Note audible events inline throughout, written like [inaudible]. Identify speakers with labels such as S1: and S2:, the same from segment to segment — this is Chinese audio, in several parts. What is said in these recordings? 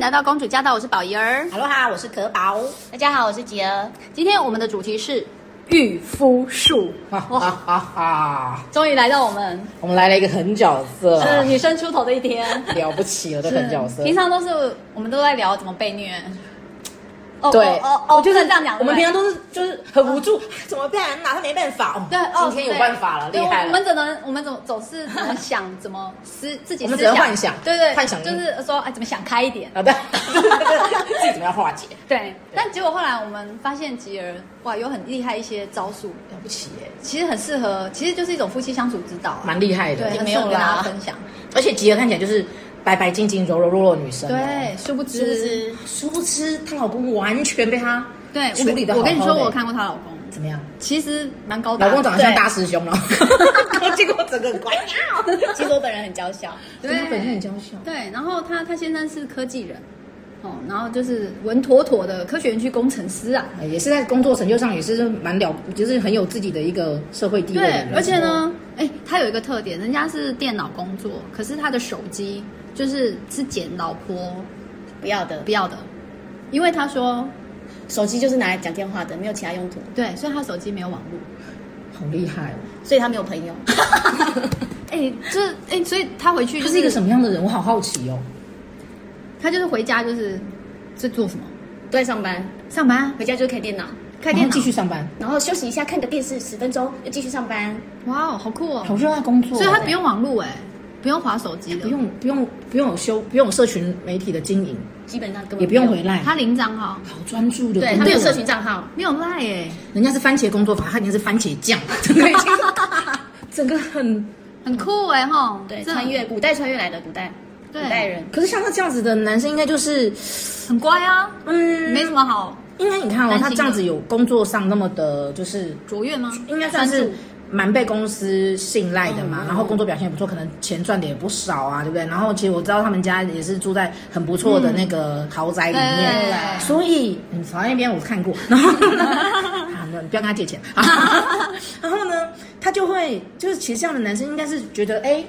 S1: 来到公主驾到，我是宝仪儿。
S2: 哈喽哈，我是可宝。
S3: 大家好，我是杰儿。
S1: 今天我们的主题是御夫术，
S2: 哈哈哈哈！
S1: 终于来到我们
S2: 我们来了一个狠角色，
S1: 是女生出头的一天。
S2: 了不起了，哦这狠角色。
S1: 平常都是我们都在聊怎么被虐。哦
S2: 对
S1: 哦哦哦，
S2: 我就是
S1: 不能这样讲。
S2: 我们
S1: 对
S2: 平常都是就是很无助，啊怎么办？拿他没办法。哦
S1: 对，哦，
S2: 今天
S1: 对
S2: 有办法了，
S1: 对
S2: 厉害
S1: 我
S2: 了
S1: 们。只能，我们总总是只能想怎么思自己
S2: 我
S1: 思
S2: 们只
S1: 想，
S2: 能幻想
S1: 对对，
S2: 幻想
S1: 就是说，哎，怎么想开一点？
S2: 啊， [laughs] 对，自己怎么样化解？
S1: 对，但结果后来我们发现吉儿，哇，有很厉害一些招数，
S2: 了不起耶，
S1: 其实很适合，其实就是一种夫妻相处之道啊、
S2: 蛮厉害的
S1: 对，。很
S3: 没
S1: 适
S3: 有
S1: 合跟大家
S3: 啦
S1: 分享。
S2: 而且吉儿看起来就是白白净净、柔柔弱弱的女生。，啊
S1: 对，殊不
S2: 殊不
S1: 知，
S2: 知，殊不知她老公完全被她
S1: 对，
S2: 处理的
S1: 我跟我跟你说，我看过她老公，
S2: 怎么样？
S1: 其实蛮高大
S2: 老
S1: 的，
S2: 公长得像
S1: 对
S2: 大师 [laughs] 兄了，哦结果整个很乖。
S3: 其实我本人很娇
S2: [laughs]
S3: 小，
S1: 对
S2: 他本身很娇小。
S1: 对，然后他他先生是科技人，哦，然后就是稳妥妥的科学园区工程师啊。
S2: 呃也是在工作成就上也是蛮了，就是很有自己的一个社会地位的
S1: 对
S2: 人。，
S1: 而且呢，哎，他有一个特点，人家是电脑工作，可是他的手机就是是捡老婆
S3: 不要的
S1: 不。要的，因为他说
S3: 手机就是拿来讲电话的，没有其他用途，
S1: 对，所以他手机没有网络。
S2: 好厉害哦，
S3: 所以他没有朋
S2: [laughs]
S3: 友。
S1: 哎，这哎，所以他回去
S2: 他
S1: 就是
S2: 一个什么样的人？我好好奇哦。
S1: 他就是回家就是在做什么？
S3: 都在上班，
S1: 上班啊
S3: 回家就开电脑，
S1: 开电
S2: 然后
S1: 脑
S2: 继续，上班，
S3: 然后休息一下，看个电视十分钟，又继续上班。
S1: 哇哦，好酷
S2: 好
S1: 哦！
S2: 热爱工作哦。
S1: 所以他不用网络哎，不用划手机的，
S2: 不用不用不用有修不用有社群媒体的经营，
S3: 基本上根本
S2: 哎也不用回，来，
S1: 他零账号
S2: 好专注的。
S3: 对他没有社群，账号，
S1: 没有赖哎，
S2: 人家是番茄工作法，他已经是番茄
S1: [laughs]
S2: 酱，整个已经整个很。
S1: 很酷哎吼！
S3: 对，
S1: 这
S3: 穿越古代穿越来的古代，古
S1: 对
S3: 代人
S2: 可是像他这样子的男生，应该就是
S1: 很乖啊，
S2: 嗯，
S1: 没什么好
S2: 应该你看哦，
S1: 担心
S2: 他
S1: 的
S2: 这样子有工作上那么的，就是
S1: 卓越吗？
S2: 应该算是
S1: 专注
S2: 蛮被公司信赖的
S1: 嗯
S2: 嘛，然后工作表现也不错，可能钱赚的也不少啊，对不对？然后其实我知道他们家也是住在很不错的
S1: 嗯
S2: 那个豪宅里面，
S1: 对
S2: 所以嗯，朝那边我看过， [laughs] 然后呢，啊，没有你不要跟他借钱， [laughs] 然后呢，他就会就是其实这样的男生应该是觉得，哎，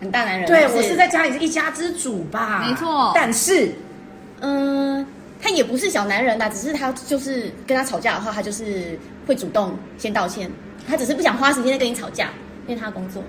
S3: 很大男人。
S2: 对
S3: 就
S2: 我是在家里是一家之主吧，
S1: 没错
S2: 但是
S3: 嗯。他也不是小男人啦，只是他就是跟他吵架的话，他就是会主动先道歉，他只是不想花时间在跟你吵架，因为他的工作。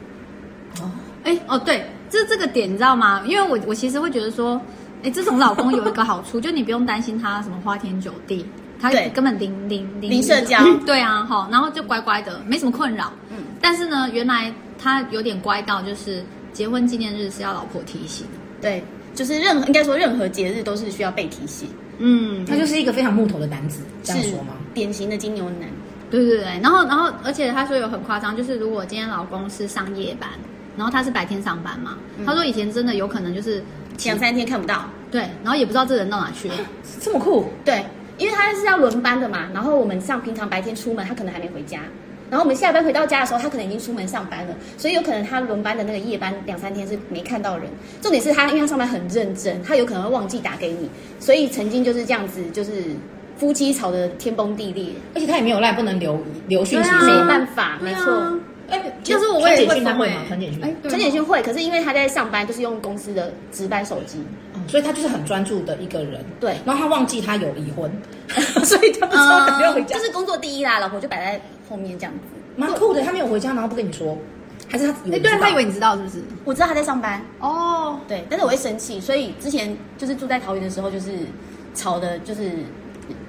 S2: 哦，
S1: 哎、哦对，这这个点你知道吗？因为我我其实会觉得说，哎、这种老公有一个好处， [laughs] 就你不用担心他什么花天酒地，他
S3: 对
S1: 根本零零零
S3: 零社交
S1: [laughs] 对啊，好，然后就乖乖的，没什么困扰。
S3: 嗯
S1: 但是呢，原来他有点乖到，就是结婚纪念日是要老婆提醒的。
S3: 对，就是任何应该说任何节日都是需要被提醒，
S1: 嗯，
S2: 他就是一个非常木头的男子，这样说吗？
S3: 是典型的金牛男，
S1: 对对对，然后然后，而且他说有很夸张，就是如果今天老公是上夜班，然后他是白天上班嘛，他说以前真的有可能就是
S3: 两三天看不到。
S1: 对，然后也不知道这人到哪去了，
S2: 这么酷，
S3: 对，因为他是要轮班的嘛，然后我们上平常白天出门，他可能还没回家。然后我们下班回到家的时候，他可能已经出门上班了，所以有可能他轮班的那个夜班两三天是没看到人。重点是他，因为他上班很认真，他有可能会忘记打给你，所以曾经就是这样子，就是夫妻吵得天崩地裂，
S2: 而且他也没有赖，不能留留讯息
S1: 对啊
S2: 说
S3: 没办法，没
S1: 对
S3: 错
S1: 啊。
S2: 哎，
S1: 要是我我也
S2: 传简讯
S1: 会
S2: 他会啊
S1: 疯欸？
S2: 吗传简讯，
S1: 哎对
S3: 陈简讯会，可是因为他在上班，就是用公司的值班手机，
S2: 哦所以他就是很专注的一个人。
S3: 对
S2: 然后他忘记他有离婚， [laughs] 所以他不知道打电话回家
S3: 嗯就，是工作第一啦，老婆就摆在后面这样子。
S2: 蛮酷的。他没有回家，然后不跟你说，还是他以为
S1: 哎，
S2: 你知
S1: 对
S2: 道
S1: 他以为你知道是不是？
S3: 我知道他在上班，
S1: 哦，
S3: 对，但是我会生气，所以之前就是住在桃园的时候，就是吵的，就是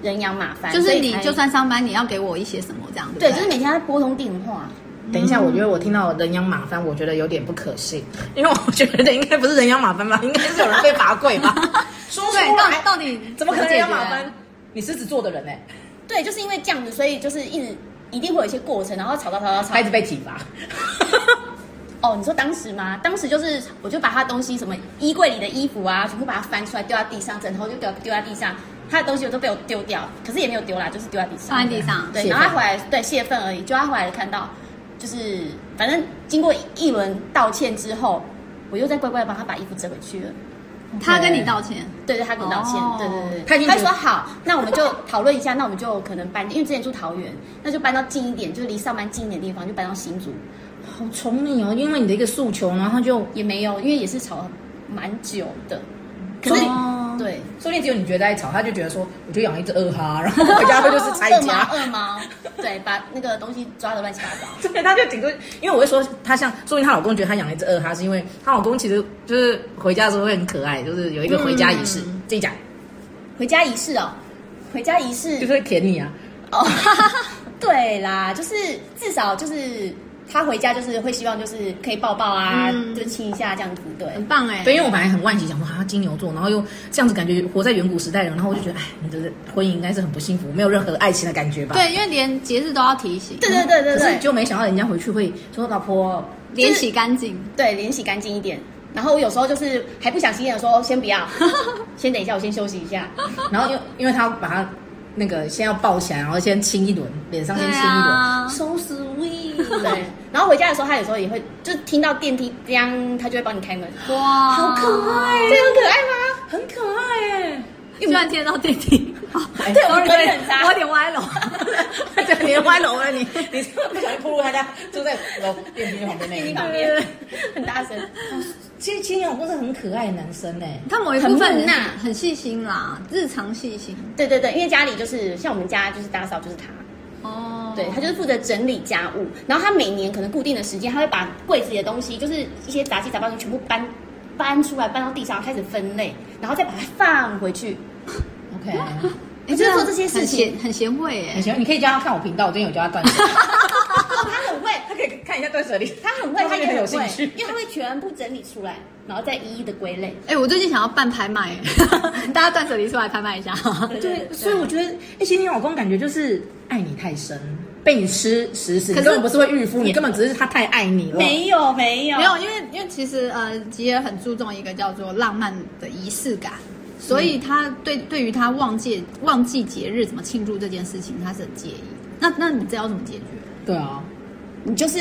S3: 人仰马翻，
S1: 就是
S3: 所以
S1: 你
S3: 才
S1: 就算上班，你要给我一些什么这样
S3: 对，
S1: 不
S3: 就是每天他拨通电话，
S2: 等一下，我觉得我听到人仰马翻，我觉得有点不可信，因为我觉得应该不是人仰马翻吧， [laughs] 应该是有人被罚跪吧。 [laughs] 说出
S1: 对，到底
S2: 来，
S1: 到底
S3: 哎
S2: 怎么可能人
S1: 解
S2: 仰
S1: 决
S2: 马翻？你狮子座的人哎，
S3: 对，就是因为这样子，所以就是一直一定会有一些过程，然后吵到吵到吵
S2: 他一直被体罚。
S3: 哦，你说当时吗？当时就是我就把他东西什么衣柜里的衣服啊，全部把它翻出来丢到地上，枕头就丢丢在地上，他的东西我都被我丢掉，可是也没有丢啦，就是丢在地上，
S1: 放在地上
S3: 对，
S2: 泄愤
S3: 然后他回来对泄愤而已，就他回来看到，就是反正经过一轮道歉之后，我又再乖乖地帮他把衣服折回去了。
S1: 他跟你道歉，
S3: 对对，他跟我道歉，
S1: 哦
S3: 对对对，
S2: 他已经
S3: 他
S2: 觉
S3: 说
S2: 得
S3: 好，那我们就讨论一下，那我们就可能搬，因为之前住桃园，那就搬到近一点，就是离上班近一点的地方，就搬到新竹，
S2: 好宠你哦，因为你的一个诉求，然后他就
S3: 也没有，因为也是吵蛮久的，可是、
S1: 哦
S3: 对，
S2: 为只有你觉得在吵，他就觉得说我就养了一只二哈，然后回家后 [laughs] 就是拆
S3: 恶
S2: 家
S3: 毛，。恶毛，对，把那个东西抓的乱七八糟。
S2: [laughs] 对，她就顶多，因为我会说她像，说明她老公觉得她养了一只二哈，是因为她老公其实就是回家的时候会很可爱，就是有一个回家仪式，自己讲
S3: 回家仪式哦，回家仪式
S2: 就是会舔你啊，
S3: 哦，哈哈哈 [laughs] 对啦，就是至少就是他回家就是会希望就是可以抱抱啊，
S1: 嗯
S3: 就亲一下这样子，对。
S2: 嗯
S1: 很棒哎、
S2: 对，因为我本来很惋惜，想说啊金牛座，然后又这样子感觉活在远古时代了，然后我就觉得，哎，你的婚姻应该是很不幸福，没有任何爱情的感觉吧？
S1: 对，因为连节日都要提醒，
S3: 对对对对
S2: 可是
S3: 对，
S2: 就没想到人家回去会说老婆，
S1: 脸洗干净。
S3: 对脸洗干净一点。然后我有时候就是还不想洗脸的时候，先
S2: [laughs]
S3: 不要，先等一下，我先休息一下。
S2: 然后因为因为他把他那个先要抱起来，然后先亲一轮，脸上先亲一轮，
S1: 啊，
S2: so sweet。
S3: 对，然后回家的时候，他有时候也会，就听到电梯叮，他就会帮你开门，
S1: 哇，好
S2: 可爱
S3: 这很可爱吗？
S2: 很可爱哎。
S1: 居然贴到电
S3: [laughs]
S1: 梯，
S2: 哎
S3: 对我
S1: sorry，
S3: 们真的很渣
S1: 我有点歪楼。
S2: [laughs] 对，你歪楼 [laughs] 了，你你是不是不小心暴露他家住在楼电梯旁边那
S3: 电
S2: 一
S3: 梯
S2: 个
S3: 旁
S2: 人。
S3: 边很大声，
S2: 其实青鸟公是很可爱的男生哎，
S1: 他某一部分
S3: 很木啊讷
S1: 很细心啦，日常细心
S3: 对对对，因为家里就是像我们家就是打扫就是他，
S1: 哦。
S3: 对他就是负责整理家务，然后他每年可能固定的时间，他会把柜子里的东西，就是一些杂七杂八的东西全部搬搬出来，搬到地上开始分类，然后再把它放回去。
S2: ，OK， [laughs]
S1: 哎
S3: 我就是做这些事
S1: 很
S3: 情
S1: 贤很贤惠哎
S2: 很。行，你可以叫他看我频道，我最近有教他断舍，
S3: 哦，他很会，
S2: 他可以看一下断舍离，
S3: 他很会，他也
S2: 很有
S3: 很
S2: 兴
S3: 会
S2: 趣，。
S3: 因为他会全部整理出来，然后再一一的归类。
S1: 哎、我最近想要办拍卖， [laughs] 大家断舍离出来拍卖一下。
S2: 对，所以我觉得，哎，其实你老公感觉就是爱你太深，被你吃食死，你
S1: 可是
S2: 根本不是会预敷，你根本只是他太爱你了。
S3: 没有没有
S1: 没有，因为因为其实呃，吉尔很注重一个叫做浪漫的仪式感，所以他对对于他忘记忘记节日怎么庆祝这件事情，他是很介意。那那你知道怎么解决？
S2: 对啊，
S3: 你就是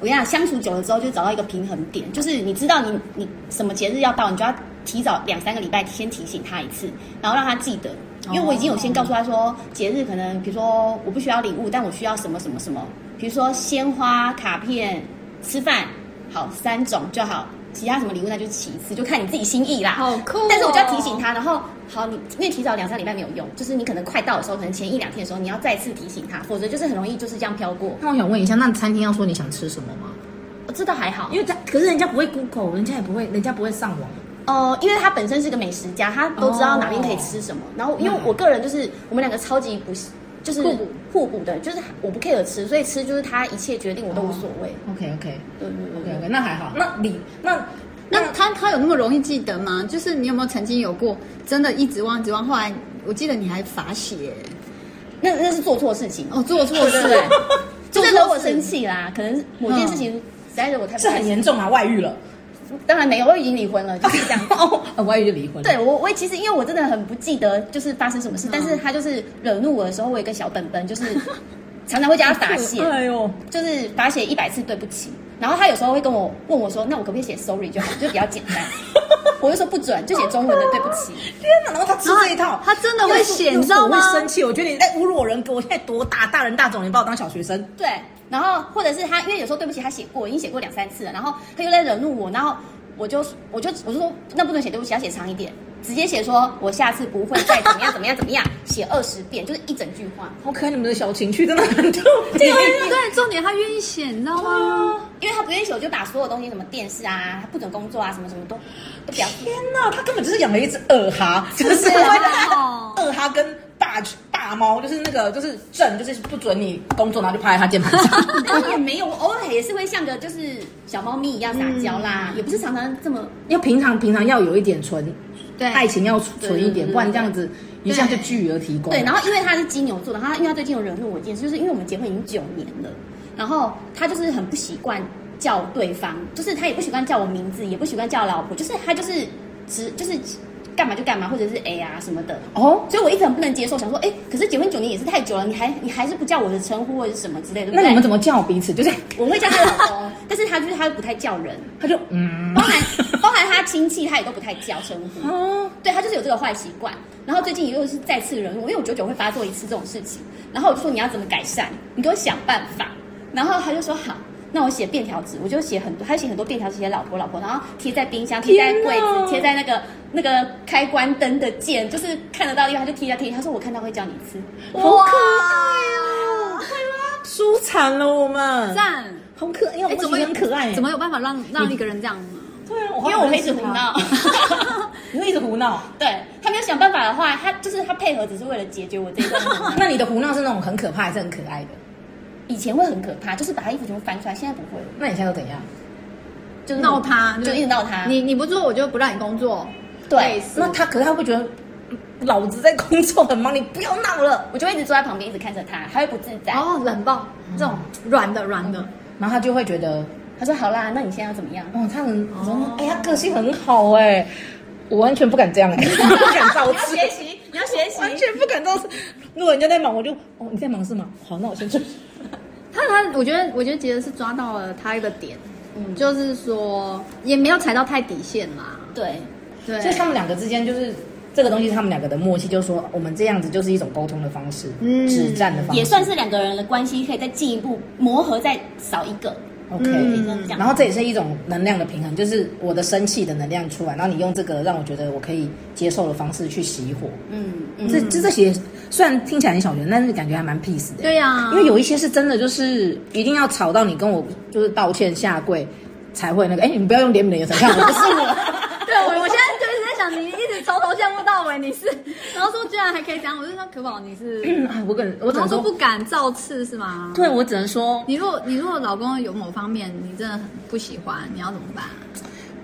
S3: 我跟你讲，相处久了之后就找到一个平衡点，就是你知道你你什么节日要到，你就要提早两三个礼拜先提醒他一次，然后让他记得。
S1: 哦
S3: 因为我已经有先告诉他说，节日可能比如说我不需要礼物，但我需要什么什么什么，比如说鲜花、卡片、吃饭，好三种就好，其他什么礼物那就其次，就看你自己心意啦。
S1: 好酷哦
S3: 但是我就要提醒他，然后好，你因为提早两三礼拜没有用，就是你可能快到的时候，可能前一两天的时候，你要再次提醒他，否则就是很容易就是这样飘过。
S2: 那我想问一下，那餐厅要说你想吃什么吗？
S3: 哦这倒还好，
S2: 因为他可是人家不会 Google，人家也不会，人家不会上网。
S3: 哦，因为他本身是个美食家，他都知道哪边可以吃什么。然后，因为我个人就是我们两个超级不是，就
S2: 哦
S3: 是
S2: 互补
S3: 互补的，就是我不 care 吃，所以吃就是他一切决定，我都无所谓。
S2: OK OK
S3: 对对
S2: OK OK，那还好。那你那
S1: 那他他有那么容易记得吗？就是你有没有曾经有过真的一直忘一直忘，后来我记得你还罚写
S3: 对，那那是做错事情，
S1: 哦，做错事哎，[laughs]
S3: 就
S1: 做
S3: 是
S1: 错
S3: 惹
S1: 事
S3: 我生 [laughs] 气啦，可能某件事情实在惹我太不
S2: 是
S3: 开
S2: 很
S3: 心。
S2: 严重吗？
S1: [laughs]
S2: 外遇了？
S3: 当然没有，我已经离婚了，就是这样。
S2: [laughs] 哦，外遇就离婚。
S3: [laughs] 对，我，我其实因为我真的很不记得就是发生什么
S2: 嗯
S3: 事，但是他就是惹怒我的时候，我有一个小本本，就是 [laughs] 常常会叫他打写。
S2: 哎呦，
S3: 就是罚写一百次对不起，然后他有时候会跟我问我说，那我可不可以写 sorry 就好，就比较简单。我就说不准，就写中文的对不起。
S2: 天哪！然后他吃这一套，
S1: 他他真的会显
S2: 要是
S1: 照吗
S2: 要是我会生气，我觉得你在侮辱我人格，我现在多大大人大种，你把我当小学生。
S3: 对，然后或者是他，因为有时候对不起他写过，已经写过两三次了，然后他又在惹怒我，然后我就我就我就说那不准写对不起，要写长一点，直接写说我下次不会再怎么样怎么样怎么样， [laughs] 写二十遍，就是一整句话。
S2: 好可爱，你们的小情趣真的很特别。
S1: 对，啊重点他愿意写，你知道吗？
S3: 因为他不愿意写，我就把所有东西，什么电视啊，他不准工作啊，什么什么都都不要。
S2: 天哪，他根本就是养了一只二哈，就是 [laughs]
S1: 哦
S2: 二哈跟大大猫，就是那个就是正，就是不准你工作，然后就趴在他键盘
S3: [laughs]
S2: 上。
S3: 但也没有，我偶尔也是会像个就是小猫咪一样撒娇啦，
S2: 嗯
S3: 也不是常常这么。
S2: 要平常平常要有一点纯，
S1: 对，
S2: 爱情要纯一
S3: 对对
S2: 点，
S3: 对
S2: 不然这样子一下就巨额提供。
S3: 对，然后因为他是金牛座的，他因为他最近有惹怒我一件事，就是因为我们结婚已经九年了，然后他就是很不习惯叫对方，就是他也不习惯叫我名字，也不习惯叫老婆，就是他就是直就是干嘛就干嘛，或者是 A 啊什么的。
S2: 哦，
S3: 所以我一直很不能接受，想说，哎，可是结婚九年也是太久了，你还你还是不叫我的称呼或者是什么之类的，对不
S2: 那
S3: 对？
S2: 你们怎么叫彼此？就是
S3: 我会叫他老公，但是他就是他不太叫人，
S2: 他就嗯
S3: 包含包含他亲戚，他也都不太叫称呼。
S2: 哦，
S3: 对他就是有这个坏习惯，然后最近又是再次惹怒我，因为我久久会发作一次这种事情，然后我就说你要怎么改善，你给我想办法，然后他就说好，那我写便条纸，我就写很多，他写很多便条纸，写老婆老婆，然后贴在冰箱，贴在柜
S2: 天哪
S3: 子，贴在那个那个开关灯的键，就是看得到的地方，他就贴在贴。他说我看到会叫你吃，
S2: 好可爱哦！舒惨了我们，
S3: 啊
S1: 赞！
S2: 好可爱，我
S1: 哎，
S2: 们
S1: 怎么
S2: 很可爱耶，
S1: 怎么有办法让让一个人这样呢？
S2: 对啊？因
S3: 因为我会一直胡闹。
S2: [laughs] 你会一直胡闹。
S3: 对他没有想办法的话，他就是他配合只是为了解决我这一段苦恼。
S2: 那你的胡闹是那种很可怕还是很可爱的？
S3: 以前会很可怕，就是把他衣服全部翻出来，现在不会了，
S2: 那你现在都怎样？
S3: 就是
S1: 闹他，
S3: 就一直闹他。
S1: 你你不做，我就不让你工作。
S3: 对，
S2: 那他可是他会觉得嗯老子在工作很忙，你不要闹了。
S3: 我就会一直坐在旁边，一直看着他，他会不自在。
S1: 哦，冷暴这种
S2: 嗯
S1: 软的软的，
S2: 然后他就会觉得，
S3: 他说好啦，那你现在要怎么样？
S2: 哦，他很，
S1: 哦
S2: 哎、他个性很好哎、我完全不敢这样、哎不敢造
S3: 你要 [laughs]
S2: 次，
S3: 学习，你要学习。
S2: 完全不敢造次。如果人家在忙，我就哦你在忙是吗？好，那我先去。
S1: 他他，我觉得我觉得杰德是抓到了他一个点，
S3: 嗯，就
S1: 就是说也没有踩到太底线嘛。
S3: 对，
S1: 对，
S2: 所以他们两个之间就是这个东西，是他们两个的默契，就是说我们这样子就是一种沟通的方式，
S1: 嗯
S2: 指战的方式，
S3: 也算是两个人的关系可以再进一步磨合，再少一个。
S2: OK、
S1: 嗯
S3: 这样讲
S2: 然后这也是一种能量的平衡，就是我的生气的能量出来，然后你用这个让我觉得我可以接受的方式去熄火。
S3: 嗯
S2: 这
S3: 嗯，
S2: 这这些虽然听起来很小元，但是感觉还蛮 peace 的。
S1: 对呀，
S2: 因为有一些是真的，就是一定要吵到你跟我就是道歉下跪才会那个。哎，你不要用怜悯的眼神看我，不是 [laughs] 我。
S1: 对我我现在就是在想，你一直从头羡慕到尾，你是，然后说居然还可以这样，我就说可宝你是，
S2: 哎我跟我只
S1: 然后
S2: 能
S1: 说
S2: 说
S1: 不，敢造次是吗？
S2: 对我只能说，
S1: 你如果你如果老公有某方面你真的很不喜欢，你要怎么办？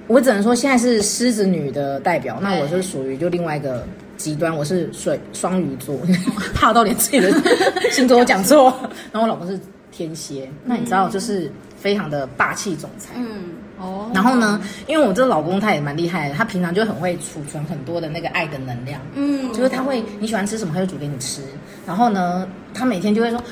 S2: 我只能说现在是狮子女的代表，那
S1: 对
S2: 我是属于就另外一个极端，我是水双鱼座， [laughs] 怕到连自己的 [laughs] 星座都讲错。然后我老公是天蝎，那你知道就是非常的霸气总裁。
S3: 嗯
S1: 哦
S2: 然后呢，因为我这老公他也蛮厉害的，他平常就很会储存很多的那个爱的能量，
S3: 嗯，
S2: 就是他会你喜欢吃什么，他就煮给你吃。然后呢，他每天就会说：“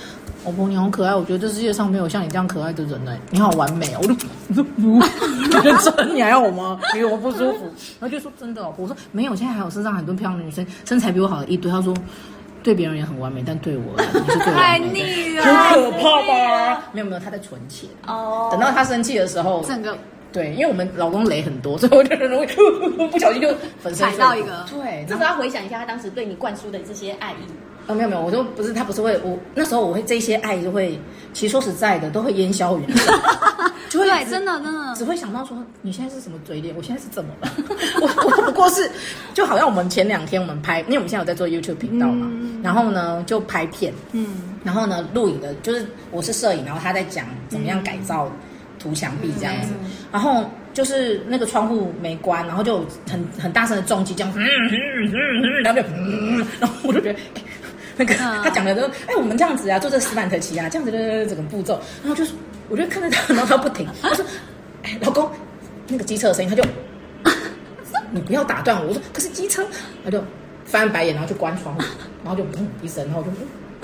S2: 老婆，你好可爱，我觉得这世界上没有像你这样可爱的人哎、你好完美哦。”我就我说不，我就说你还要我吗？因为我不舒服。然后就说真的、哦，我说没有，现在还有身上很多漂亮的女生，身材比我好的一堆。他说对别人也很完美，但对我而言你是最
S1: 太
S2: 完美的。
S1: 腻了，
S2: 很可怕吧？没有没有，他在存钱。
S3: 哦，
S2: 等到他生气的时候，
S1: 整个
S2: 对，因为我们老公雷很多，所以我就很容易 [laughs] 不小心就粉身
S1: 踩到一个
S2: 碎骨对，
S3: 这时候要回想一下他当时对你灌输的这些爱意。
S2: 哦，没有没有，我都不是他不是会，我那时候我会这些爱就会，其实说实在的都会烟消云散， [laughs] 就会
S1: 对，
S2: 只
S1: 真的真的
S2: 只会想到说你现在是什么嘴脸，我现在是怎么了？ [laughs] 我我不过是就好像我们前两天我们拍，因为我们现在有在做 YouTube 频道嘛，然后呢就拍片，
S1: 嗯，
S2: 然后呢，录影的就是我是摄影，然后他在讲怎么样改造涂墙壁这样子，然后就是那个窗户没关，然后就有很很大声的重击，这样，嗯嗯嗯嗯，然后就，嗯，然后我就觉得。哎那个
S1: 嗯
S2: 他讲的都，哎，我们这样子啊，做这斯坦特奇啊，这样子的整个步骤，然后就是，我就看着他，然后他不停，他说，哎，老公，那个机车的声音，他就，你不要打断我。我说可是机车，他就翻白眼，然后就关
S1: [laughs]
S2: 窗户，然后就砰一声，然后我就、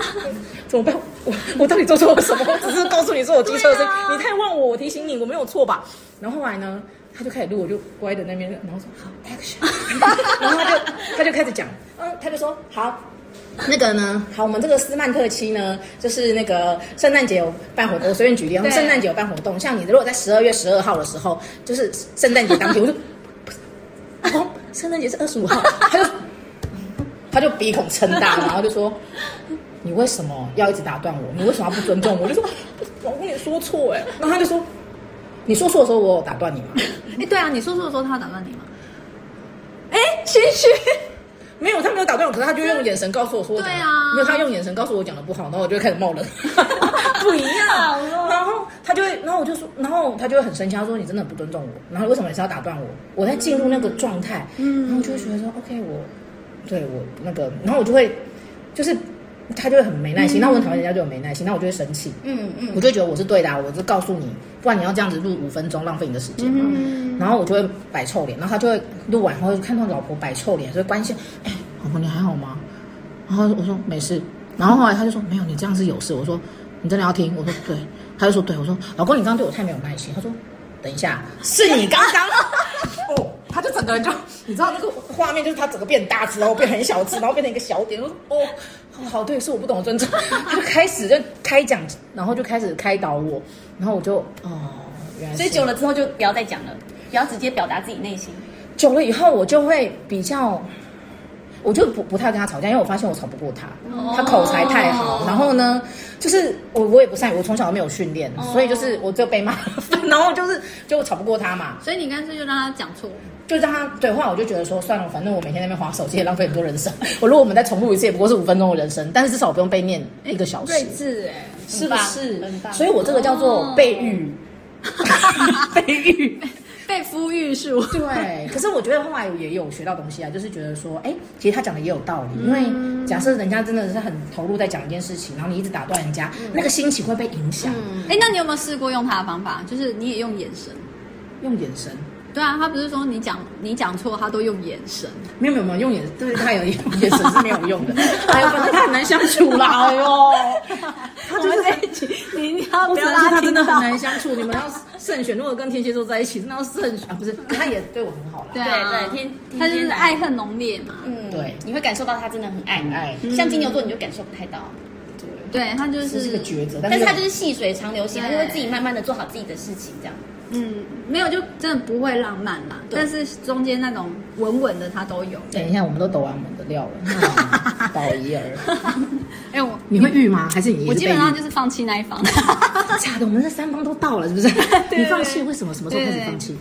S2: [laughs] 嗯怎么办？我我到底做错了什么？我只是告诉你说我机车的声音，
S1: 对啊
S2: 你太忘我，我提醒你，我没有错吧？然后后来呢，他就开始录，我就乖的那边，然后说好
S1: [laughs]
S2: action，然后他就他就开始讲，嗯，他就说好。那个呢，好，我们这个斯曼特期呢，就是那个圣诞节有办活动，我随便举例，我们
S1: 对
S2: 圣诞节有办活动，像你如果在十二月十二号的时候，就是圣诞节当天，我就 [laughs] 哦，圣诞节是二十五号，他就他就鼻孔撑大了，然后就说：“你为什么要一直打断我？你为什么要不尊重我？”我就说：“老公，你说错哎。”然后他就说：“你说错的时候，我有打断你吗
S1: 哎，对啊，你说错的时候，他有打断你吗？哎，谦虚，？”
S2: 没有，他没有打断我，可是他就用眼神告诉我说我讲得
S1: 对啊
S2: 没有，他用眼神告诉我讲的不好，然后我就会开始冒
S1: [laughs]
S2: 冷，不一样。然后他就会，然后我就说，然后他就会很生气，他说：“你真的不尊重我，然后为什么你是要打断我？我在进入那个状态，
S1: 嗯
S2: 然后我就会觉得说，OK，我对我那个，然后我就会就是他就会很没耐
S1: 嗯
S2: 心，那、我很讨厌人家对我没耐心，那我就会生气，
S3: 嗯嗯
S2: 我就觉得我是对的、啊，我就告诉你，不然你要这样子录五分钟，浪费你的时间嘛。
S1: 嗯，
S2: 然后我就会摆臭脸，然后他就会录完后就看到老婆摆臭脸，所以关心，哎，老婆你还好吗？然后我说没事，然后后来他就说没有，你这样是有事。我说嗯你真的要听？我说对，他就说对，我说老公你刚刚对我太没有耐心。他说等一下，是你刚刚哦，他他就整个人就，你知道那个画面就是他整个变大只，然后变很小只，然后变成一个小点，我说哦，好对，是我不懂得尊重， [laughs] 他就开始就开讲，然后就开始开导我，然后我就哦，原来是
S3: 所以久了之后就不要再讲了，不要直接表达自己内心。
S2: 久了以后，我就会比较，我就不不太跟他吵架，因为我发现我吵不过他，
S3: 哦
S2: 他口才太好。然后呢，就是我我也不善于，我从小没有训练，
S3: 哦
S2: 所以就是我就被骂了， [laughs] 然后就是就我吵不过他嘛，
S1: 所以你干脆就让他讲错。
S2: 就让他对话，后来我就觉得说算了，反正我每天在那边划手机也浪费很多人生。 [laughs] 我如果我们再重录一次，也不过是五分钟的人生，但是至少我不用被念一个小时，
S1: 睿智哎，
S2: 是不
S3: 棒
S2: 是
S3: 很？棒哦
S2: 所以我这个叫做被
S3: [laughs]
S2: 育，被育。
S1: 被夫育术。
S2: [laughs] 对，可是我觉得后来也有学到东西啊，就是觉得说，哎，其实他讲的也有道理，因为假设人家真的是很投入在讲一件事情，然后你一直打断人家，那个心情会被影响。
S1: 哎，那你有没有试过用他的方法？就是你也用眼神。
S2: 用眼神，
S1: 对啊，他不是说你讲你讲错，他都用眼神。
S2: 没有没有没有，用眼，对他有眼神是没有用的。哎呦，反正他很难相处啦，哎呦，他就是在一起。
S1: 你你要不
S2: 我只
S1: 要
S2: 能
S1: 让
S2: 说他
S1: 听
S2: 真的很
S1: 到
S2: 难相处，你们要慎选。如果跟天蝎座在一起，真的要慎选啊，不是， [laughs] 他也对我很好啦。
S1: 对啊，
S3: 对对天天
S1: 他就是
S3: 蝎男
S1: 爱恨浓烈嘛。
S3: 嗯
S2: 对
S3: 你会感受到他真的很爱你。嗯
S2: 很爱
S3: 像金牛座你就感受不太到，
S1: 对他就
S2: 这是
S1: 是
S2: 个抉择，
S3: 但是他
S2: 又
S3: 就是细水长流型，他
S1: 对
S3: 就会自己慢慢的做好自己的事情，这样。
S1: 嗯，没有就真的不会浪漫啦，
S3: 对
S1: 但是中间那种稳稳的他都 [laughs] 有。
S2: 等一下，我们都抖完我们的料了，饱一儿。
S1: 哎，我
S2: 你会遇吗？还是你也是
S1: 我基本
S2: 被遇
S1: 上就是放弃那一方。
S2: 假的，我们这三方都到了，
S1: [laughs]
S2: 是不是？你放弃为什么？什么时候开始放弃？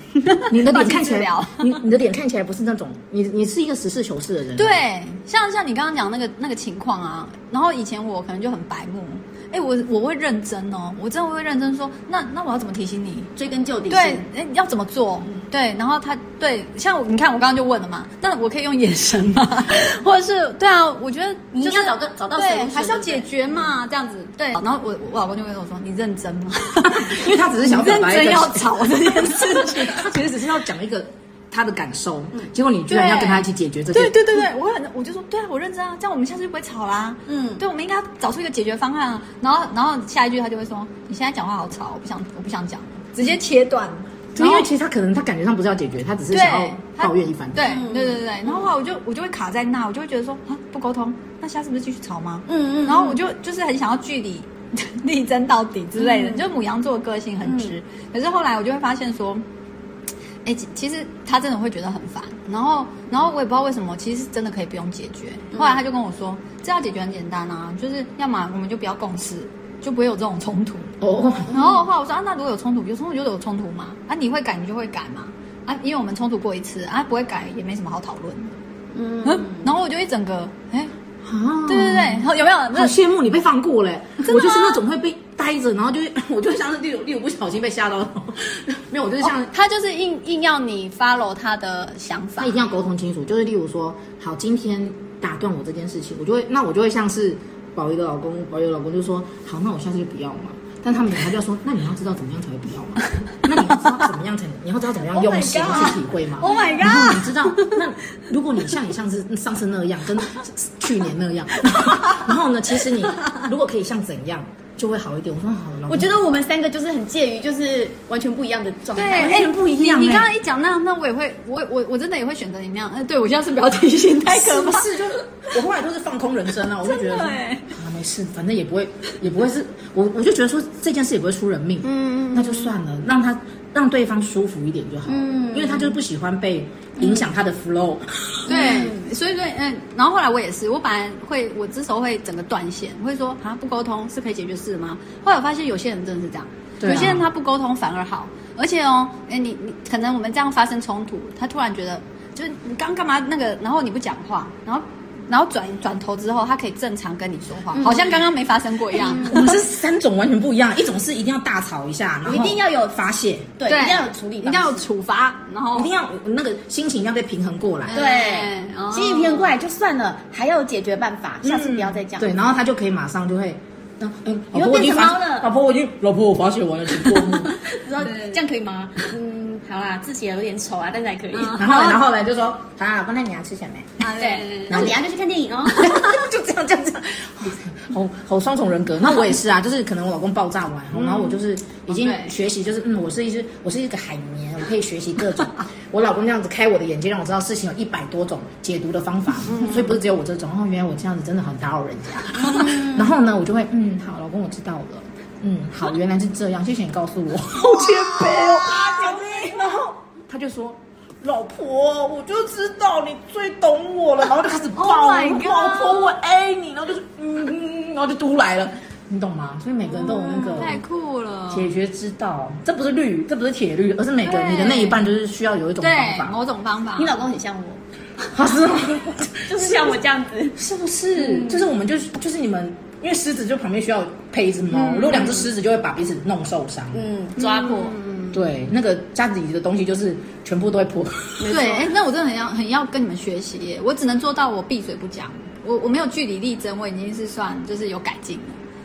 S2: 你的脸看起来
S1: 放弃，
S2: 你你的脸看起来不是那种，你你是一个实事求是的人。，
S1: 对，像像你刚刚讲那个那个情况啊，然后以前我可能就很白目，哎，我我会认真哦，我真的会认真说，那那我要怎么提醒你？
S3: 追根究底。
S1: 对，哎，要怎么做？对，然后他对，像我你看我刚刚就问了嘛，但我可以用眼神
S3: [laughs]
S1: 嘛，或者是对啊，我觉得
S3: 你一
S1: 就
S3: 定
S1: 是
S3: 要找个找到
S1: 对，
S3: solution，
S1: 还是要
S3: 对不对
S1: 解决嘛，这样子对。然后我我老公就会跟我说：“你认真
S3: [laughs]
S1: 吗？”
S2: 因为他只是想要表
S1: 认
S2: 达一个
S1: 真要吵这件事情。
S2: 他其实只是要讲一个他的感受，结果你居然要跟他一起解决这件
S1: 嗯对对对对，我很我就说对啊，我认真啊，这样我们下次就不会吵啦。
S3: 嗯
S1: 对，我们应该找出一个解决方案啊。然后然后下一句他就会说：“你现在讲话好吵，我不想我不想讲了，直接切断。”
S2: 就因为其实他可能他感觉上不是要解决，他只是
S1: 对，
S2: 想要
S1: 他
S2: 抱怨一番。
S1: 对
S3: 嗯
S1: 对对对，然后后来我就我就会卡在那，我就会觉得说啊不沟通，那下次不是继续吵吗？
S3: 嗯嗯。
S1: 然后我就就是很想要据理 [laughs] 力争到底之类的，
S3: 嗯
S1: 就母羊座的个性很直，可是后来我就会发现说。哎、其其实他真的会觉得很烦，然后，然后我也不知道为什么，其实是真的可以不用解决。
S3: 嗯
S1: 后来他就跟我说，这要解决很简单啊，就是要么我们就不要共事，就不会有这种冲突。
S2: 哦，
S3: 嗯
S1: 然后的话，我说啊，那如果有冲突，有冲突就有冲突嘛，啊，你会改你就会改嘛，啊，因为我们冲突过一次，啊，不会改也没什么好讨论。
S3: 嗯哦
S1: 嗯，然后我就一整个，哎，
S2: 啊
S1: 对对对，啊然后有没有？
S2: 好
S1: 那
S2: 羡慕你被放过嘞！我就是那种会被呆着，然后就会 [laughs] 我就会像是例如例如不小心被吓到，没有，我就是像、
S1: 他就是硬硬要你 follow 他的想法
S2: 他一，定要沟通清楚，就是例如说，好，今天打断我这件事情，我就会那我就会像是宝仪的老公，宝仪的老公就说，好，那我下次就不要嘛。但他们两个就要说，那你要知道怎么样才会不要嘛？那你要知道怎么样才，你要知道怎么样
S1: Oh my
S2: 用心
S1: God
S2: 去体会嘛
S1: Oh my god
S2: 然后你知道，那如果你像你上次上次那样，跟去年那样，然后呢，其实你如果可以像怎样，就会好一点。我说好了，老公
S3: 我觉得我们三个就是很介于就是完全不一样的状
S1: 对，
S3: 态。
S2: 完全不一样
S1: 哎你你
S2: 哎
S1: 刚刚一讲那样，那我也会，我我我真的也会选择你那样。哎，对我下次不要提醒，太可怕。
S2: [laughs] 是就是我后来都是放空人生啊，我就觉得
S1: 真
S2: 说
S1: 的欸
S2: 啊没事，反正也不会也不会是我我就觉得说这件事也不会出人命，嗯嗯，那就算了，让他让对方舒服一点就好，嗯，因为他就是不喜欢被影响他的 flow，
S1: 嗯对，所以说，嗯，然后后来我也是，我本来会，我这时候会整个断线，会说啊，不沟通是可以解决事吗？后来我发现有些人真的是这样，
S2: 对啊
S1: 有些人他不沟通反而好，而且哦，哎，你你可能我们这样发生冲突，他突然觉得就是你刚干嘛那个，然后你不讲话，然后。然后转转头之后，他可以正常跟你说话，
S2: 嗯
S1: 好像刚刚没发生过一样。
S2: [laughs] 我们是三种完全不一样，一种是一定要大吵一下，然后
S3: 一定要有
S2: 发泄，
S3: 对，一定要有处理
S1: 一
S3: 方式，
S1: 定要有处罚，然后
S2: 一定要那个心情要被平衡过来，哎
S1: 对哦
S3: 对，心理平衡过来就算了，还要有解决办法，下次不要再讲。
S2: 嗯对，然后他就可以马上就会。嗯，嗯
S3: 你
S2: 老
S3: 又
S2: 婆我已经
S3: 变成
S2: 发
S3: 猫了
S2: 老婆我已经，老婆我发泄完了，请过目。
S3: 不知道这样可以吗？嗯，好啦，字写得有点丑啊，但是还可以。
S1: 嗯
S2: 然后呢，然后呢就说，啊，老公，那你要吃什么？
S1: [laughs] 啊
S3: 对，
S1: 对
S3: 那等一下就去看电影哦。
S2: [laughs] 就这样这样这样，好好双重人格。那我也是啊，就是可能我老公爆炸完，然后我就是已经
S1: 对
S2: 学习，就是嗯，我是一只我是一个海绵，我可以学习各种 [laughs] 我老公那样子开我的眼界，让我知道事情有一百多种解读的方法，所以不是只有我这种。哦，原来我这样子真的很打扰人家。 [laughs] 然后呢，我就会嗯，好，老公，我知道了。嗯，好，原来是这样，谢谢你告诉我，好谦卑哦。然后他就说。老婆，我就知道你最懂我了，然后就开始抱
S1: Oh my god
S2: 老婆，我爱你，然后就是嗯，嗯，嗯然后就嘟来了，你懂吗？所以每个人都有那个
S1: 哎太酷了。
S2: 解决之道，这不是律，这不是铁律，而是每个你的那一半就是需要有一种
S1: 对，
S2: 方法，
S1: 某种方法。
S3: [laughs] 你老公很像我，
S2: 啊是吗？
S3: [laughs] 就是像我这样子。
S2: 是不是？
S1: 嗯
S2: 就是我们就是就是你们，因为狮子就旁边需要配一只猫，如果两只狮子就会把彼此弄受伤。
S3: 嗯，抓过，
S2: 对，那个架子里的东西就是全部都会破。
S1: 对，哎，那我真的很要很要跟你们学习耶，我只能做到我闭嘴不讲，我我没有据理力争，我已经是算就是有改进了。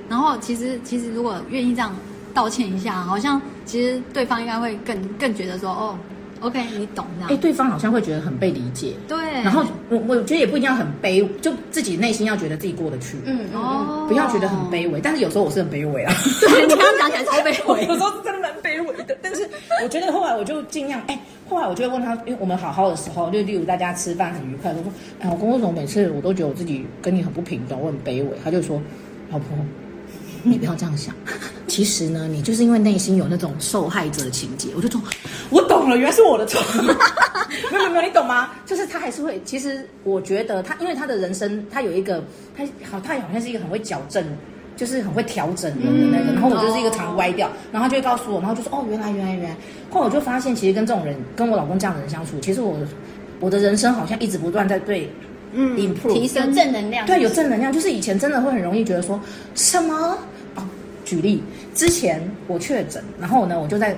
S1: 然后其实其实如果愿意这样道歉一下，好像其实对方应该会更更觉得说哦，OK，你懂这样。
S2: 哎，对方好像会觉得很被理解。
S1: 对，
S2: 然后我我觉得也不一定要很卑，就自己内心要觉得自己过得去，
S3: 嗯，哦，
S1: 哦，
S2: 不要觉得很卑微。但是有时候我是很卑微啊。
S1: [laughs] 对，你刚刚讲起来超卑微
S2: [laughs] 有。时候真的蛮卑微的，但是我觉得后来我就尽量，哎、后来我就会问他，因为我们好好的时候，就例如大家吃饭很愉快，我说，哎，老公，为什么每次我都觉得我自己跟你很不平等，我很卑微？他就说，老婆，你不要这样想，其实呢，你就是因为内心有那种受害者情节，我就说，我懂了，原来是我的错， [laughs] 没有没有，你懂吗？就是他还是会，其实我觉得他，因为他的人生，他有一个，他好，他好像是一个很会矫正。就是很会调整人的那个，
S1: 嗯
S2: 然后我就是一个常歪掉，然后他就会告诉我，然后就说哦，原来原来原来。后来我就发现，其实跟这种人，跟我老公这样的人相处，其实我我的人生好像一直不断在对
S1: 嗯
S2: improve
S1: 提
S3: 有
S1: 升
S3: 正能量。
S2: 对，有正能量，就是以前真的会很容易觉得说什么哦，举例，之前我确诊，然后呢，我就在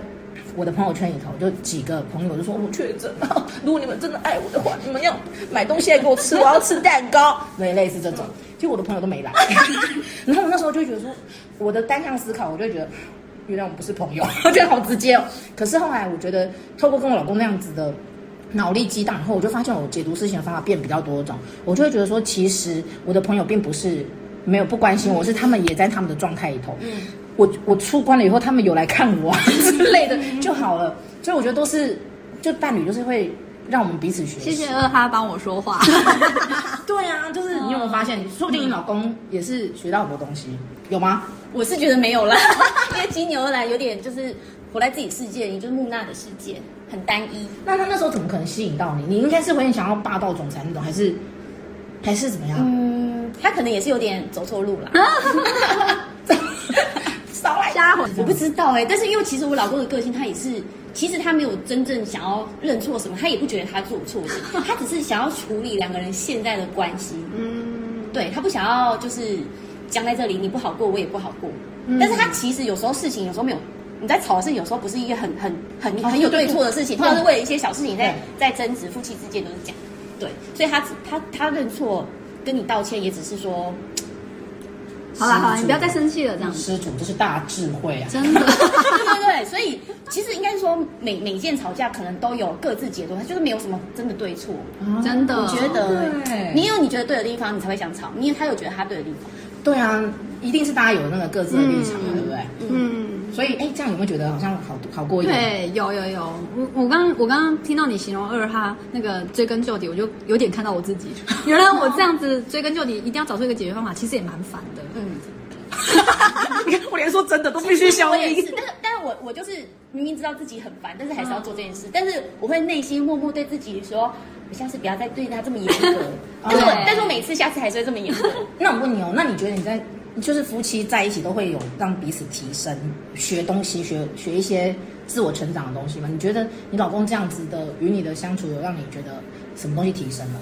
S2: 我的朋友圈里头，就几个朋友就说哦我确诊了， [laughs] 如果你们真的爱我的话，你们要买东西来给我吃，我要吃蛋糕，类类似这种。结果我的朋友都没来， [laughs] 然后我那时候就会觉得说，我的单向思考，我就会觉得。原来我们不是朋友， [laughs] 我觉得好直接哦。可是后来我觉得，透过跟我老公那样子的脑力激荡以后，我就发现我解读事情的方法变比较多种，我就会觉得说，其实我的朋友并不是没有不关心我，是他们也在他们的状态里头。嗯，我我出关了以后，他们有来看我啊之类的 [laughs] 就好了。所以我觉得都是，就伴侣就是会让我们彼此学习。
S1: 谢谢二哈帮我说话。 [laughs]
S2: 对啊，就是你有没有发现，说不定你老公也是学到很多东西，有吗？
S3: 我是觉得没
S2: [laughs]
S3: 有啦，因为金牛二来有点就是活在自己世界里，就是木讷的世界，很单一。
S2: 那他那时候怎么可能吸引到你？你应该是会很想要霸道总裁那种，还是还是怎么样？
S3: 嗯，他可能也是有点走错路啦。 [laughs]
S2: 少
S1: 啊
S2: 来
S1: 瞎混
S3: 我不知道哎、但是因为其实我老公的个性，他也是，其实他没有真正想要认错什么，他也不觉得他做错事，他只是想要处理两个人现在的关系。
S1: 嗯，
S3: 对他不想要就是僵在这里，你不好过，我也不好过。
S2: 嗯
S3: 但是他其实有时候事情有时候没有。你在吵的事情，有时候不是一件很很很
S2: 哦
S3: 很有
S2: 对嗯
S3: 对
S2: 对
S3: 错的事情，通常是为了一些小事情在
S2: 对
S3: 在争执，夫妻之间都是这样。对，所以他只他他认错，跟你道歉，也只是说 [laughs]
S1: 好啦好啦，你不要再生气了，这样子
S2: 施主，这是大智慧啊！
S1: 真的。 [laughs]
S3: 对对对，所以其实应该是说每每一件吵架可能都有各自解读，它就是没有什么真的对错。
S1: 真的
S3: 我觉
S2: 哦对
S3: 得你有你觉得对的地方，你才会想吵；你有他有觉得他对的地方。
S2: 对啊，一定是大家有那个各自的立场，
S1: 嗯
S2: 对不对？
S1: 嗯。
S2: 所以，哎，这样有没有觉得好像好好过一点？
S1: 对，有有有，我我刚我刚刚听到你形容二哈那个追根究底，我就有点看到我自己。 [laughs] 原来我这样子追根究底，一定要找出一个解决方法，其实也蛮烦的。
S3: 嗯，
S2: 你看， [laughs] 我连说真的都必须
S3: [laughs] 我也是，但是但是我我就是明明知道自己很烦，但是还是要做这件事。但是我会内心默默对自己说，我下次不要再对他这么严格。但是我
S1: 对
S3: 但是我每次下次还是会这么严 [laughs] 格。
S2: 那我问你哦，那你觉得你在就是夫妻在一起都会有让彼此提升、学东西、学学一些自我成长的东西吗？你觉得你老公这样子的与你的相处，有让你觉得什么东西提升了？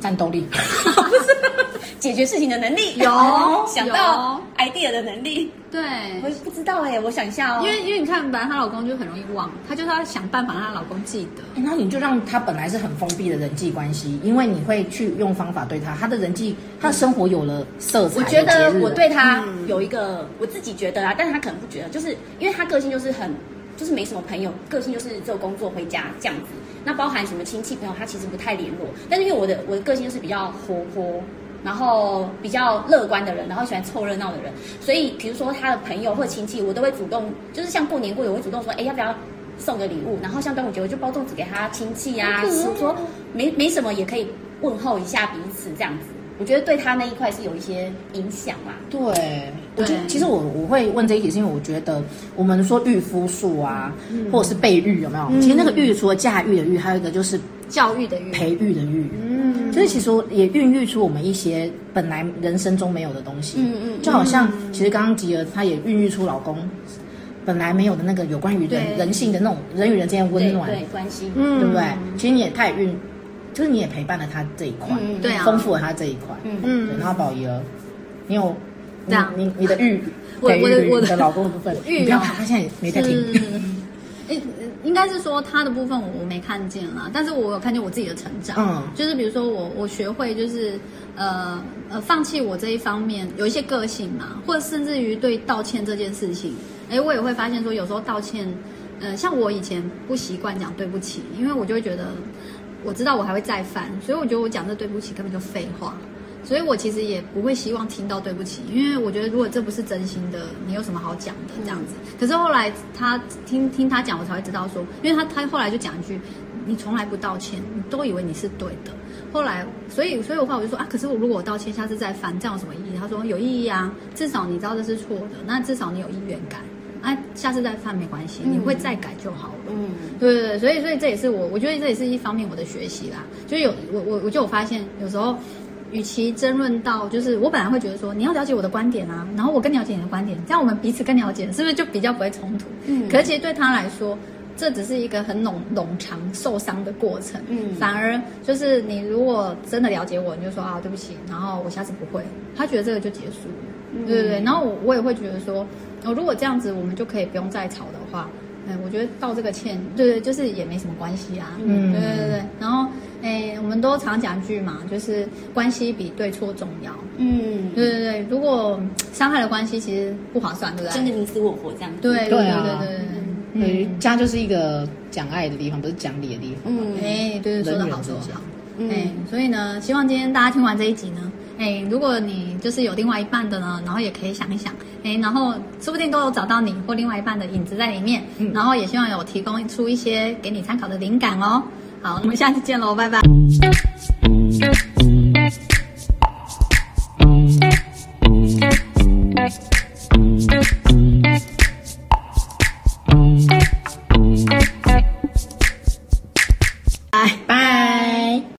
S2: 战斗力？
S3: 不是解决事情的能力
S1: 有
S3: [laughs] 想到 idea 的能力，
S1: 对，
S3: 我也不知道哎、我想一下哦，
S1: 因为因为你看，本来她老公就很容易忘，她就是要想办法让她老公记得。
S2: 欸那你就让他本来是很封闭的人际关系，因为你会去用方法对他，他的人际，他的生活有了色彩。
S3: 我觉
S2: 有
S3: 得
S2: 节日啊
S3: 我对他有一个、我自己觉得啊，但是他可能不觉得，就是因为他个性就是很，就是没什么朋友，个性就是只有工作回家这样子。那包含什么亲戚朋友，他其实不太联络。但是因为我的我的个性就是比较活泼，然后比较乐观的人，然后喜欢凑热闹的人，所以比如说他的朋友或亲戚，我都会主动，就是像过年过节，我会主动说，哎，要不要送个礼物，然后像端午节我就包粽子给他亲戚啊，
S2: 好可爱哦
S3: 是说没没什么也可以问候一下彼此这样子。我觉得对他那一块是有一些影响啦。
S2: 对，我觉得
S1: 对
S2: 其实我我会问这一题，是因为我觉得我们说育夫术啊，
S3: 嗯
S2: 或者是备育有没有？其实那个育除了驾驭的育，还有一个就是
S1: 教育的育，
S2: 培育的育。
S1: 嗯，
S2: 就是其实也孕育出我们一些本来人生中没有的东西，
S3: 嗯嗯
S2: 就好像其实刚刚吉儿她也孕育出老公本来没有的那个有关于人
S1: 对
S2: 人性的那种人与人之间的温暖，
S3: 对对关系，
S1: 嗯
S2: 对不对？其实你也她也孕，就是你也陪伴了她这一块，
S3: 嗯
S1: 对啊
S2: 丰富了她这一块，
S3: 嗯
S2: 对
S1: 嗯，
S2: 然后宝仪儿，你有你
S1: 这样
S2: 你你的育，
S1: [laughs] 我
S2: 对
S1: 我的
S2: 育
S1: 我的
S2: 你的老公的部
S1: [laughs]
S2: 分，
S1: 育
S2: 你不要
S1: 哦
S2: 怕，他现在也没在听。
S1: 嗯， [laughs] 诶应该是说他的部分我没看见啦，但是我有看见我自己的成长，
S2: 嗯
S1: 就是比如说我我学会就是呃呃放弃我这一方面有一些个性嘛，或者甚至于对道歉这件事情，哎，我也会发现说有时候道歉，呃，像我以前不习惯讲对不起，因为我就会觉得我知道我还会再犯，所以我觉得我讲这对不起根本就废话。所以我其实也不会希望听到对不起，因为我觉得如果这不是真心的，你有什么好讲的这样子？可是后来他听听他讲，我才会知道说，因为他他后来就讲一句，你从来不道歉，你都以为你是对的。后来，所以所以的话，我就说啊，可是我如果我道歉，下次再犯，这样有什么意义？他说有意义啊，至少你知道这是错的，那至少你有意愿改，啊，下次再犯没关系，你会再改就好了。
S3: 嗯，
S1: 对对对，所以所以这也是我，我觉得这也是一方面我的学习啦。就是有我我我就有发现，有时候与其争论到，就是我本来会觉得说你要了解我的观点啊，然后我更了解你的观点，这样我们彼此更了解，是不是就比较不会冲突？
S3: 嗯
S1: 可是其实对他来说。这只是一个很冗冗长受伤的过程，
S3: 嗯
S1: 反而就是你如果真的了解我，你就说啊对不起，然后我下次不会，他觉得这个就结束了，
S2: 嗯
S1: 对对对。然后我我也会觉得说，哦，如果这样子我们就可以不用再吵的话，嗯，我觉得道这个歉，对对，就是也没什么关系啊，
S2: 嗯
S1: 对对对。然后，哎，我们都常讲一句嘛，就是关系比对错重要，
S3: 嗯，
S1: 对对对。如果嗯伤害了关系，其实不划算，对不
S3: 真的
S1: 对？
S3: 你死我活这样子，
S1: 对对嗯
S2: 对啊
S1: 对对
S2: 对，家就是一个讲爱的地方，不是讲理的地方。
S1: 对，
S3: 嗯，
S1: 哎，对对，说
S2: 人与
S1: 得
S2: 人
S1: 好，
S2: 之
S1: 说得
S2: 间
S1: 好。
S3: 嗯
S1: 哎，所以呢，希望今天大家听完这一集呢，哎，如果你就是有另外一半的呢，然后也可以想一想，哎，然后说不定都有找到你或另外一半的影子在里面，然后也希望有提供出一些给你参考的灵感哦。好，我们下次见喽，拜拜。